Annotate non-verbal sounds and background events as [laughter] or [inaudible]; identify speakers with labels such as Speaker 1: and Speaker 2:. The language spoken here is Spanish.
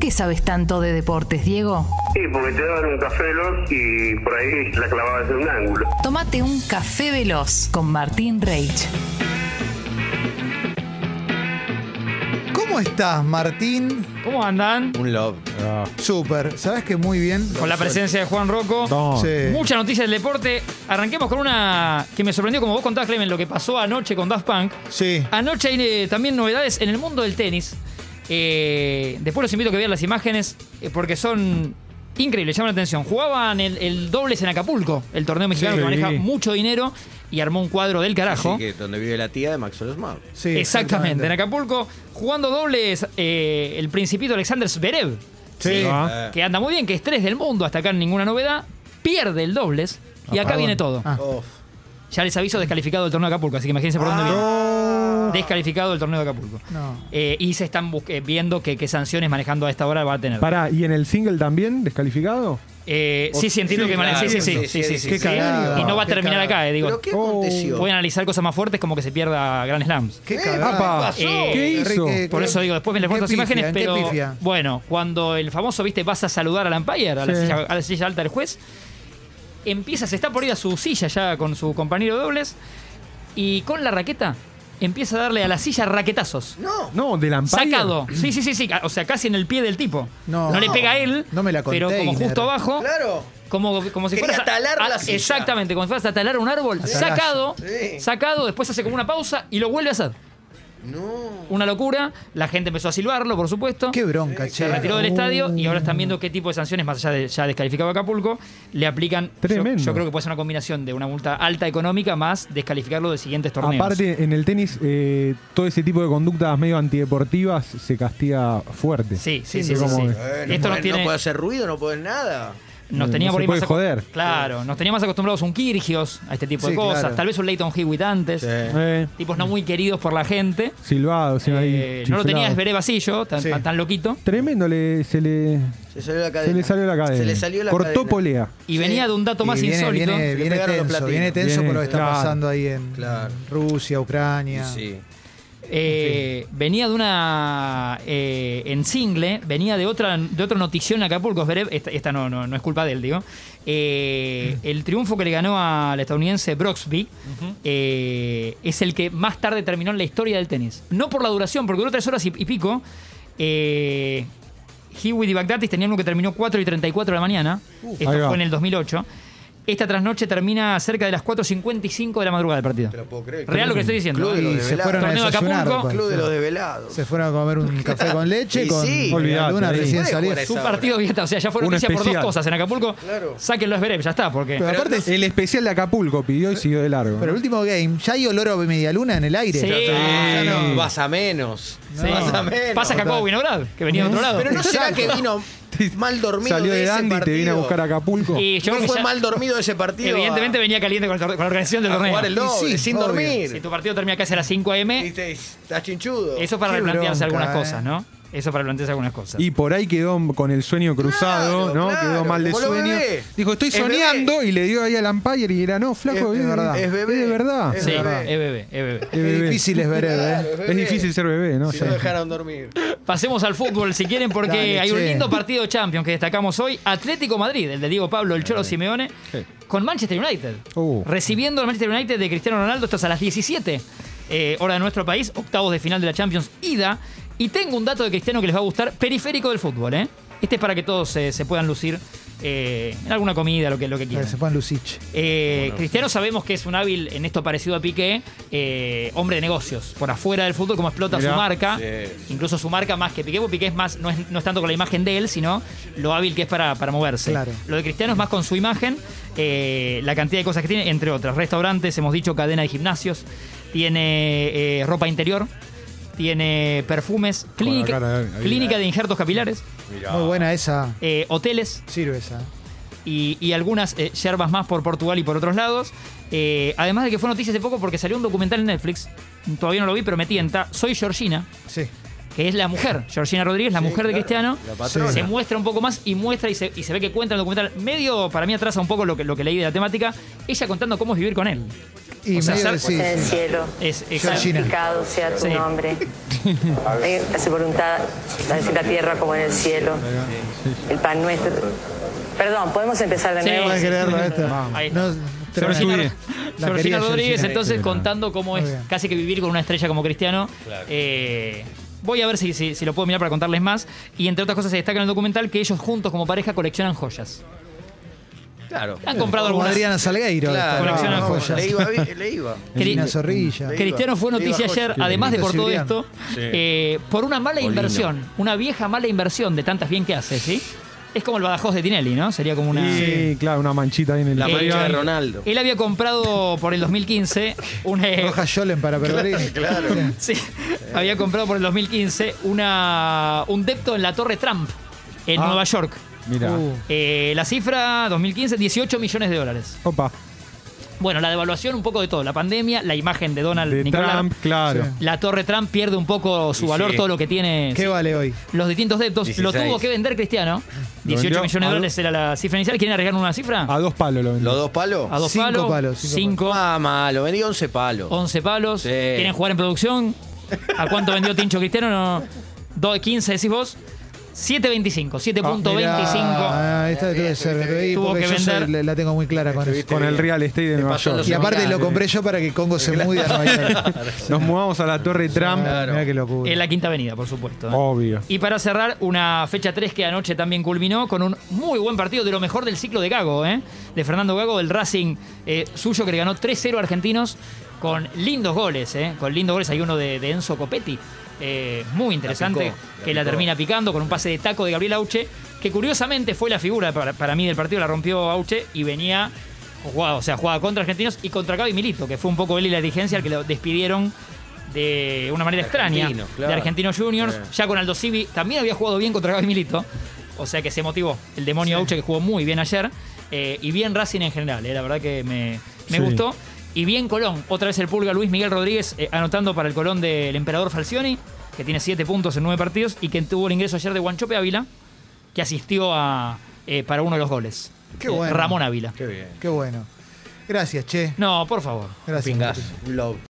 Speaker 1: qué sabes tanto de deportes, Diego?
Speaker 2: Sí, porque te daban un café veloz y por ahí la clavabas en un ángulo.
Speaker 1: Tómate un café veloz con Martín Reich.
Speaker 3: ¿Cómo estás, Martín?
Speaker 4: ¿Cómo andan?
Speaker 5: Un love.
Speaker 3: Súper. ¿Sabes que muy bien?
Speaker 4: Con la presencia de Juan Rocco.
Speaker 3: Sí.
Speaker 4: Mucha noticia del deporte. Arranquemos con una que me sorprendió, como vos contabas, Clemen, lo que pasó anoche con Daft Punk.
Speaker 3: Sí.
Speaker 4: Anoche hay eh, también novedades en el mundo del tenis. Eh, después los invito a que vean las imágenes eh, porque son increíbles, llaman la atención. Jugaban el, el dobles en Acapulco, el torneo mexicano
Speaker 6: Sí.
Speaker 4: que maneja mucho dinero y armó un cuadro del carajo.
Speaker 5: Así que donde vive la tía de Maxwell Smart.
Speaker 3: Sí,
Speaker 4: exactamente. en Acapulco, jugando dobles eh, el principito Alexander Zverev,
Speaker 3: Sí.
Speaker 6: Ah.
Speaker 4: que anda muy bien, que es tres del mundo hasta acá, ninguna novedad, pierde el dobles y acá viene todo.
Speaker 3: Ah.
Speaker 5: Uf.
Speaker 4: Ya les aviso, descalificado del torneo de Acapulco, así que imagínense por dónde viene. Descalificado del torneo de Acapulco.
Speaker 3: No.
Speaker 4: Eh, y se están busque- viendo que- qué sanciones manejando a esta hora va a tener.
Speaker 6: Pará, ¿y en el single también descalificado?
Speaker 4: Eh, sí, sí, entiendo
Speaker 5: Sí,
Speaker 4: que maneja. Sí,
Speaker 5: claro.
Speaker 4: sí, sí.
Speaker 5: Sí,
Speaker 4: sí,
Speaker 5: sí,
Speaker 4: sí,
Speaker 5: sí,
Speaker 4: sí,
Speaker 3: qué
Speaker 4: sí.
Speaker 3: cagada.
Speaker 4: Y no va a
Speaker 3: Qué
Speaker 4: terminar
Speaker 3: cagada.
Speaker 4: acá, eh, digo.
Speaker 5: ¿Pero qué
Speaker 6: Oh.
Speaker 5: aconteció?
Speaker 4: Pueden analizar cosas más fuertes como que se pierda Grand Slams.
Speaker 3: Qué
Speaker 5: Eh,
Speaker 3: cagada.
Speaker 6: Apa.
Speaker 5: ¿Qué pasó?
Speaker 4: Eh,
Speaker 6: ¿Qué hizo?
Speaker 3: Enrique,
Speaker 4: Por eso digo, después me les
Speaker 3: Qué
Speaker 4: muestro las
Speaker 3: pifia,
Speaker 4: imágenes,
Speaker 3: qué
Speaker 4: pero
Speaker 3: pifia.
Speaker 4: bueno, cuando el famoso, viste, vas a saludar al umpire, a, la
Speaker 6: Sí.
Speaker 4: silla, a la silla alta del juez, empieza, se está por ir a su silla ya con su compañero de dobles, y con la raqueta empieza a darle a la silla raquetazos.
Speaker 5: No.
Speaker 6: No, del Ampire.
Speaker 4: Sacado. Sí, sí, sí, sí. O sea, casi en el pie del tipo.
Speaker 3: No.
Speaker 4: No, le pega a él.
Speaker 3: No me la
Speaker 4: Pero como
Speaker 3: container.
Speaker 4: justo abajo.
Speaker 5: Claro.
Speaker 4: Como, como si
Speaker 5: Quería
Speaker 4: fueras a
Speaker 5: talar la
Speaker 4: a-
Speaker 5: silla.
Speaker 4: Exactamente, como si fueras a talar un árbol.
Speaker 3: Atalayo.
Speaker 4: Sacado.
Speaker 5: Sí.
Speaker 4: Sacado, después hace como una pausa y lo vuelve a hacer.
Speaker 5: No.
Speaker 4: Una locura. La gente empezó a silbarlo, por supuesto.
Speaker 3: Qué bronca, che. Uh.
Speaker 4: se retiró del estadio y ahora están viendo qué tipo de sanciones, más allá de ya descalificado a Acapulco, le aplican. Yo-
Speaker 6: Tremendo.
Speaker 4: Yo, creo que puede ser una combinación de una multa alta económica más descalificarlo de siguientes torneos.
Speaker 6: Aparte, en el tenis, eh, todo ese tipo de conductas medio antideportivas se castiga fuerte.
Speaker 4: Sí, sí, sí,
Speaker 6: No sé
Speaker 4: sí,
Speaker 6: cómo
Speaker 4: sí.
Speaker 6: es.
Speaker 5: Eh, no,
Speaker 4: Esto no
Speaker 5: puede,
Speaker 4: tiene-
Speaker 5: no puede hacer ruido, no puede nada.
Speaker 4: Nos
Speaker 6: Mm,
Speaker 4: tenía
Speaker 6: no
Speaker 4: por
Speaker 6: se
Speaker 4: ahí
Speaker 6: puede
Speaker 4: más aco-
Speaker 6: joder.
Speaker 4: Claro, nos tenía más acostumbrados a un Kirgios, a este tipo
Speaker 3: Sí,
Speaker 4: de cosas.
Speaker 3: claro.
Speaker 4: Tal vez un Leighton Hewitt antes.
Speaker 6: Eh,
Speaker 4: Tipos no muy queridos por la gente.
Speaker 6: silbado, sí, ahí,
Speaker 4: Eh, no lo
Speaker 6: chiflado.
Speaker 4: tenía Esberé Vasillo, tan,
Speaker 3: Sí.
Speaker 4: tan, tan loquito.
Speaker 6: Tremendo, le, se, le,
Speaker 5: Se salió la cadena.
Speaker 6: se le salió la cadena.
Speaker 5: Se le salió la
Speaker 6: Cortó
Speaker 5: cadena.
Speaker 6: polea.
Speaker 4: Y venía de un dato
Speaker 3: Y
Speaker 4: más
Speaker 3: viene,
Speaker 4: insólito.
Speaker 3: viene,
Speaker 5: Le
Speaker 3: viene
Speaker 5: pegaron los
Speaker 3: tenso,
Speaker 5: platinos.
Speaker 3: viene tenso por lo que está
Speaker 6: Claro.
Speaker 3: pasando ahí en
Speaker 5: Claro.
Speaker 3: Rusia, Ucrania.
Speaker 5: Sí.
Speaker 4: Eh, Venía de una. eh, en single, venía de otra de otra notición en Acapulco. Esberé, esta, esta no, no, no es culpa de él, digo. Eh, el triunfo que le ganó al estadounidense Broxby eh, es el que más tarde terminó en la historia del tenis. No por la duración, porque duró tres horas y, y pico. Eh, Hewitt y Bagdatis tenían uno que terminó 4 y 34 de la mañana. Esto
Speaker 6: Uh, ahí va.
Speaker 4: fue en el 2008. Esta trasnoche termina cerca de las 4.55 de la madrugada del partido.
Speaker 5: Te lo puedo creer.
Speaker 4: Real lo que estoy diciendo.
Speaker 5: Club de
Speaker 4: ¿eh?
Speaker 5: los
Speaker 3: Y se fueron a
Speaker 4: Torneo de
Speaker 3: desayunar.
Speaker 4: Acapulco,
Speaker 3: después.
Speaker 5: Club de los develados.
Speaker 3: Se fueron a comer un café con leche,
Speaker 5: Y
Speaker 3: con
Speaker 5: sí.
Speaker 3: la luna
Speaker 6: Olvidate, sí.
Speaker 3: recién
Speaker 5: Puede
Speaker 3: salida.
Speaker 5: jugar
Speaker 4: Su
Speaker 5: esa
Speaker 4: partido
Speaker 5: hora.
Speaker 4: abierto, o sea, ya fueron
Speaker 6: Una
Speaker 4: noticias por dos
Speaker 6: especial.
Speaker 4: cosas en Acapulco.
Speaker 5: Claro.
Speaker 4: Sáquenlo a Zverev, ya está, porque
Speaker 3: Pero aparte,
Speaker 6: El especial de Acapulco pidió y siguió de largo.
Speaker 3: pero el último game, ya hay olor a media luna en el aire.
Speaker 4: Sí.
Speaker 5: Ah,
Speaker 4: Sí.
Speaker 5: no, Vas a menos.
Speaker 4: Sí.
Speaker 5: Vas a menos.
Speaker 4: pasa Jacobo Vinograd, que venía de otro lado.
Speaker 5: Pero no será que vino mal dormido
Speaker 6: Salió
Speaker 5: de,
Speaker 6: de
Speaker 5: ese
Speaker 6: Dandy y te
Speaker 5: partido?
Speaker 6: vino a buscar a Acapulco.
Speaker 4: Y yo
Speaker 5: no
Speaker 4: creo que
Speaker 5: fue
Speaker 4: ya-
Speaker 5: mal dormido de ese partido.
Speaker 4: Evidentemente venía caliente con, el tor- con la organización del
Speaker 5: a, a
Speaker 4: torneo.
Speaker 5: jugar el doble,
Speaker 3: sí,
Speaker 5: sin
Speaker 3: obvio.
Speaker 4: Si
Speaker 5: dormir.
Speaker 4: tu partido termina casi a las 5 a.m.,
Speaker 5: Viste, Estás chinchudo.
Speaker 4: eso para
Speaker 3: Qué
Speaker 4: replantearse
Speaker 3: bronca,
Speaker 4: algunas cosas,
Speaker 3: eh.
Speaker 4: ¿no? Eso para replantearse algunas cosas.
Speaker 6: Y por ahí quedó con el sueño cruzado,
Speaker 5: Claro,
Speaker 6: ¿no?
Speaker 5: claro,
Speaker 6: quedó mal de
Speaker 5: como lo
Speaker 6: sueño.
Speaker 5: bebé.
Speaker 6: Dijo, estoy
Speaker 5: Es
Speaker 6: soñando y le dio ahí al umpire y era, no, flaco,
Speaker 3: Es- es verdad.
Speaker 6: Es,
Speaker 5: Es bebé.
Speaker 6: de verdad.
Speaker 5: Es
Speaker 4: sí, es
Speaker 5: verdad.
Speaker 4: bebé, es bebé.
Speaker 3: Qué
Speaker 6: bebé.
Speaker 3: difícil es ver, ¿eh?
Speaker 6: Es difícil ser bebé, ¿no?
Speaker 5: Si
Speaker 6: Sí.
Speaker 5: no dejaron dormir.
Speaker 4: Pasemos al fútbol si quieren, porque
Speaker 3: Dale,
Speaker 4: hay un
Speaker 3: che.
Speaker 4: lindo partido de Champions que destacamos hoy. Atlético Madrid, el de Diego Pablo, el Cholo Simeone,
Speaker 6: Sí.
Speaker 4: con Manchester United.
Speaker 6: Uh.
Speaker 4: Recibiendo al Manchester United de Cristiano Ronaldo, esto es a las 17, eh, hora de nuestro país, octavos de final de la Champions ida. Y tengo un dato de Cristiano que les va a gustar, periférico del fútbol, ¿eh? Este es para que todos eh, se puedan lucir eh, en alguna comida, lo que, lo que
Speaker 3: Para
Speaker 4: quieran.
Speaker 3: que se puedan lucich.
Speaker 4: Eh, Cristiano sabemos que es un hábil, en esto parecido a Piqué, eh, hombre de negocios. Por afuera del fútbol, como explota
Speaker 6: Mirá.
Speaker 4: su marca.
Speaker 5: Sí.
Speaker 4: Incluso su marca más que Piqué, porque Piqué es más, no, es, no es tanto con la imagen de él, sino lo hábil que es para, para moverse.
Speaker 3: Claro.
Speaker 4: Lo de Cristiano es más con su imagen, eh, la cantidad de cosas que tiene, entre otras. Restaurantes, hemos dicho, cadena de gimnasios, tiene eh, ropa interior, tiene perfumes, clínica,
Speaker 6: cara de- ahí, eh.
Speaker 4: clínica de injertos capilares,
Speaker 3: Muy buena esa.
Speaker 4: eh, hoteles
Speaker 3: Sirve esa.
Speaker 4: y, y algunas eh, yerbas más por Portugal y por otros lados. Eh, además de que fue noticia hace poco porque salió un documental en Netflix, todavía no lo vi, pero me tienta. Soy Georgina,
Speaker 3: Sí.
Speaker 4: que es la mujer, Georgina Rodríguez, la mujer de Cristiano.
Speaker 5: La patrona.
Speaker 4: Se muestra un poco más y muestra y se, y se ve que cuenta en el documental. Medio para mí atrasa un poco lo que, lo que leí de la temática. Ella contando cómo es vivir con él.
Speaker 3: Y
Speaker 4: O sea,
Speaker 3: medio
Speaker 4: ser-
Speaker 3: que sí,
Speaker 7: del
Speaker 3: sí.
Speaker 7: cielo.
Speaker 4: Es- es-
Speaker 7: santificado sea tu
Speaker 4: Sí.
Speaker 3: [laughs]
Speaker 7: nombre. Hágase su voluntad así en la tierra como en el cielo. El pan nuestro. Perdón, podemos empezar de
Speaker 4: Sí.
Speaker 7: nuevo.
Speaker 3: Podés creerlo, esta.
Speaker 4: Ahí está.
Speaker 3: No, tremendo.
Speaker 4: Georgina,
Speaker 6: bien.
Speaker 3: La
Speaker 4: Georgina
Speaker 3: quería,
Speaker 4: Rodríguez,
Speaker 3: Georgina.
Speaker 4: entonces contando cómo
Speaker 3: Muy
Speaker 4: es
Speaker 3: bien.
Speaker 4: casi que vivir con una estrella como Cristiano. Eh, voy a ver si, si- si lo puedo mirar para contarles más. Y entre otras cosas se destaca en el documental que ellos juntos como pareja coleccionan joyas.
Speaker 5: Claro.
Speaker 4: Han comprado
Speaker 3: Como
Speaker 4: algunas.
Speaker 3: Adriana Salgueiro.
Speaker 5: Claro,
Speaker 3: esta, ¿no?
Speaker 4: colecciona
Speaker 5: no,
Speaker 3: joyas.
Speaker 5: le iba, bien, le [laughs] iba.
Speaker 3: Gina
Speaker 4: Cri-
Speaker 3: Zorrilla.
Speaker 5: Cri-
Speaker 4: Cristiano fue
Speaker 5: Iba,
Speaker 4: noticia
Speaker 5: iba
Speaker 4: ayer,
Speaker 5: Jorge.
Speaker 4: además de por todo
Speaker 3: Cibrián.
Speaker 4: esto, eh, por una mala inversión, una vieja mala inversión de tantas bien que hace, ¿sí? Es como el Badajoz de Tinelli, ¿no? Sería como una...
Speaker 6: Sí, claro, una manchita ahí en el.
Speaker 5: La
Speaker 4: Eh,
Speaker 5: mancha de Ronaldo.
Speaker 4: Él había comprado por el 2015 un... eh,
Speaker 5: [laughs]
Speaker 3: Roja Yolen para Pergolini.
Speaker 5: Claro.
Speaker 4: Sí, [laughs] había comprado por el 2015 una, un depto en la Torre Trump, en
Speaker 6: Ah.
Speaker 4: Nueva York.
Speaker 6: Mira.
Speaker 3: Uh,
Speaker 4: Eh, la cifra 2015, 18 millones de dólares.
Speaker 6: Opa.
Speaker 4: Bueno, la devaluación un poco de todo, la pandemia, la imagen de Donald
Speaker 6: De
Speaker 4: ni que hablar.
Speaker 6: Trump, claro.
Speaker 3: Sí.
Speaker 4: La Torre Trump pierde un poco su valor, todo lo que tiene
Speaker 3: ¿Qué vale hoy?
Speaker 4: los distintos deptos. Lo tuvo que vender Cristiano.
Speaker 6: Lo
Speaker 4: 18
Speaker 6: vendió
Speaker 4: millones de
Speaker 6: a-
Speaker 4: dólares era la cifra inicial. ¿Quieren arriesgar una cifra?
Speaker 6: A dos palos lo vendió.
Speaker 5: ¿Los dos palos?
Speaker 4: A dos
Speaker 3: Cinco
Speaker 4: palos.
Speaker 3: palos, cinco
Speaker 4: 5,
Speaker 5: Ah, lo venía 11 palos.
Speaker 4: 11 palos.
Speaker 5: Sí.
Speaker 4: ¿Quieren jugar en producción? ¿A cuánto vendió Tincho Cristiano? No. Do- 15 decís vos. 7.25,
Speaker 5: Ah,
Speaker 4: 7.25.
Speaker 3: Ah, esta debe ser. ahí,
Speaker 4: Tuvo
Speaker 3: porque
Speaker 4: que
Speaker 3: yo
Speaker 4: vender.
Speaker 3: soy- la- la tengo muy clara con eso.
Speaker 6: Con el Real Estate de Nueva
Speaker 5: pasó
Speaker 6: York.
Speaker 5: los
Speaker 3: Y aparte
Speaker 5: Claro.
Speaker 3: lo compré yo para que Congo se mude a Nueva York.
Speaker 6: Nos mudamos a la Torre Trump.
Speaker 3: Mirá qué locura.
Speaker 4: en la quinta avenida, por supuesto. ¿eh?
Speaker 6: Obvio.
Speaker 4: Y para cerrar, una fecha 3 que anoche también culminó con un muy buen partido de lo mejor del ciclo de Gago, ¿eh? de Fernando Gago, del Racing eh, suyo que le ganó 3-0 a Argentinos con lindos goles, ¿eh? con lindos goles hay uno de, de Enzo Copetti, eh, muy interesante,
Speaker 5: picó, la
Speaker 4: que la
Speaker 5: picó.
Speaker 4: termina picando con un pase de taco de Gabriel Auche, que curiosamente fue la figura para, para mí del partido, la rompió Auche y venía... Jugado, o sea, jugaba contra argentinos y contra Gaby Milito, que fue un poco él y la dirigencia al que lo despidieron de una manera extraña
Speaker 5: Argentino, claro.
Speaker 4: de Argentinos Juniors.
Speaker 5: Sí.
Speaker 4: Ya con Aldo Civi también había jugado bien contra Gaby Milito. O sea que se motivó. El demonio Auche que jugó muy bien ayer. eh, y bien Racing en general. eh, la verdad que me, me
Speaker 6: Sí.
Speaker 4: gustó. Y bien Colón. Otra vez el pulga Luis Miguel Rodríguez eh, anotando para el Colón del emperador Falcioni. Que tiene 7 puntos en 9 partidos. Y que tuvo el ingreso ayer de Guanchope Ávila. Que asistió a, eh, para uno de los goles.
Speaker 3: Qué
Speaker 4: Eh,
Speaker 3: bueno.
Speaker 4: Ramón Ávila.
Speaker 5: Qué bien.
Speaker 3: Qué bueno. Gracias, che.
Speaker 4: No, por favor.
Speaker 3: Gracias.
Speaker 5: Pingazo. Love.